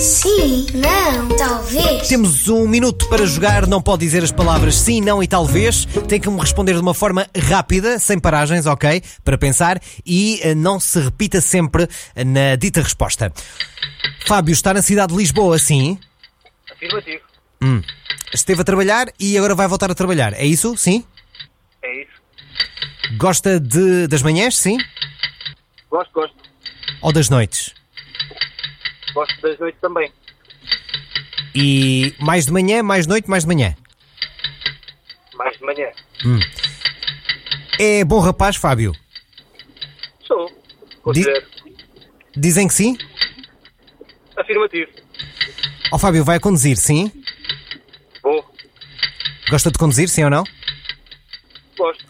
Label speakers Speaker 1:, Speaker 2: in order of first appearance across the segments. Speaker 1: Sim, não, talvez.
Speaker 2: Temos um minuto para jogar, não pode dizer as palavras sim, não e talvez. Tem que me responder de uma forma rápida, sem paragens, ok? Para pensar e eh, não se repita sempre eh, na dita resposta. Fábio está na cidade de Lisboa, sim.
Speaker 3: Afirmativo.
Speaker 2: Esteve a trabalhar e agora vai voltar a trabalhar, é isso? Sim?
Speaker 3: É isso.
Speaker 2: Gosta de, das manhãs, sim?
Speaker 3: Gosto, gosto.
Speaker 2: Ou das noites?
Speaker 3: Gosto das noites também.
Speaker 2: E mais de manhã, mais noite, mais de manhã.
Speaker 3: Mais de manhã.
Speaker 2: É bom rapaz, Fábio?
Speaker 3: Sou. Considero.
Speaker 2: Dizem que sim?
Speaker 3: Afirmativo.
Speaker 2: Ó Fábio, vai conduzir, sim?
Speaker 3: Vou.
Speaker 2: Gosta de conduzir, sim ou não?
Speaker 3: Gosto.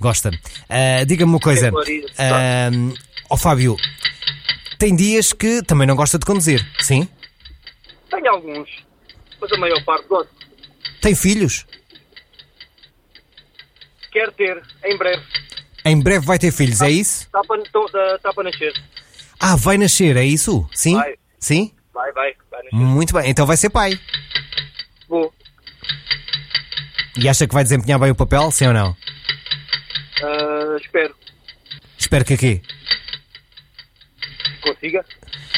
Speaker 2: Gosta. Ah, Diga-me uma coisa.
Speaker 3: Tem marido, tá.
Speaker 2: Ah, Ó Fábio, tem dias que também não gosta de conduzir, sim?
Speaker 3: Tenho alguns, mas a maior parte gosto.
Speaker 2: Tem filhos?
Speaker 3: Quero ter, em breve.
Speaker 2: Em breve vai ter filhos, é isso?
Speaker 3: Está para, tô- tá- tá para nascer.
Speaker 2: Ah, vai nascer, é isso? Sim?
Speaker 3: Vai.
Speaker 2: Sim?
Speaker 3: Vai, vai, vai nascer.
Speaker 2: Muito bem, então vai ser pai. Hum.
Speaker 3: Vou.
Speaker 2: E acha que vai desempenhar bem o papel, sim ou não?
Speaker 3: Ah, espero
Speaker 2: Espero que aqui
Speaker 3: que consiga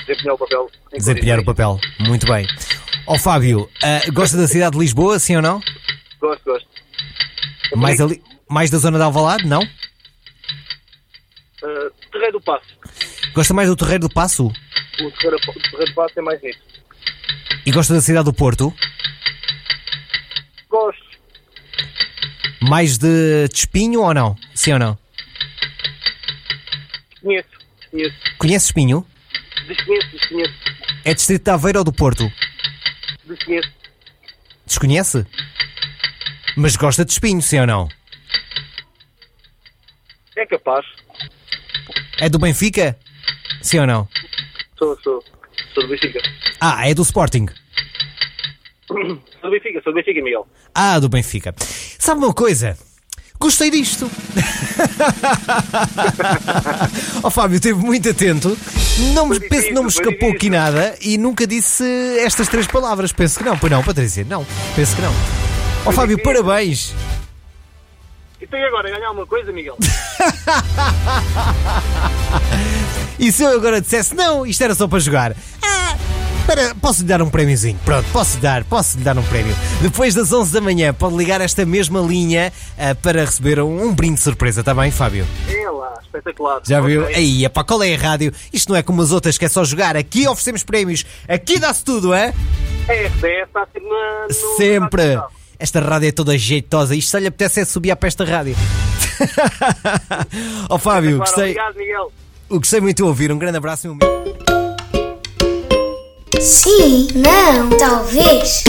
Speaker 3: desempenhar o papel. em
Speaker 2: desempenhar o
Speaker 3: condições.
Speaker 2: papel. Muito bem. Ó Fábio, ah, gosta da cidade de Lisboa, sim ou não?
Speaker 3: Gosto, gosto.
Speaker 2: Mais,
Speaker 3: Também,
Speaker 2: ali, mais da zona de Alvalade, não?
Speaker 3: ah, Terreiro do Passo.
Speaker 2: Gosta mais do Terreiro do Passo?
Speaker 3: O Terreiro, o terreiro do Passo é mais nisso.
Speaker 2: E gosta da cidade do Porto?
Speaker 3: Gosto.
Speaker 2: Mais de, de Espinho ou não? Sim ou não?
Speaker 3: Desconheço. Desconheço.
Speaker 2: Conhece Espinho?
Speaker 3: Desconheço, desconheço.
Speaker 2: É distrito de Aveiro ou do Porto?
Speaker 3: Desconheço.
Speaker 2: Desconhece? Mas gosta de Espinho, sim ou não?
Speaker 3: É capaz.
Speaker 2: É do Benfica? Sim ou não?
Speaker 3: Sou, sou. Sou do Benfica.
Speaker 2: Ah, é do Sporting.
Speaker 3: Sou do Benfica, sou do Benfica, Miguel.
Speaker 2: Ah, do Benfica. Sabe uma coisa? Gostei disto. Ó Oh, Fábio, esteve muito atento. Não me,
Speaker 3: Foi
Speaker 2: penso que não me
Speaker 3: difícil, foi
Speaker 2: escapou aqui
Speaker 3: difícil.
Speaker 2: nada e nunca disse estas três palavras. Penso que não. Pois não, Patrícia, não. Penso que não. Ó Fábio,
Speaker 3: difícil.
Speaker 2: parabéns.
Speaker 3: Então e agora? Ganhar alguma coisa, Miguel?
Speaker 2: E se eu agora dissesse não, isto era só para jogar? Ah, para, posso lhe dar um prémiozinho? Pronto, posso dar, posso lhe dar um prémio. Depois das 11 da manhã, pode ligar esta mesma linha ah, para receber um, um brinde de surpresa, está bem, Fábio?
Speaker 3: É lá, espetacular.
Speaker 2: Já viu?
Speaker 3: Ok.
Speaker 2: Aí, epá, qual é a rádio? Isto não é como as outras que é só jogar. Aqui oferecemos prémios, aqui dá-se tudo, é?
Speaker 3: A RDS está sempre na, no...
Speaker 2: Sempre! Esta rádio é toda jeitosa, isto só lhe apetece é subir para esta rádio. Ó Fábio,
Speaker 3: Claro,
Speaker 2: gostei,
Speaker 3: obrigado, Miguel.
Speaker 2: gostei muito de ouvir. Um grande abraço e um
Speaker 1: Sim, não, talvez.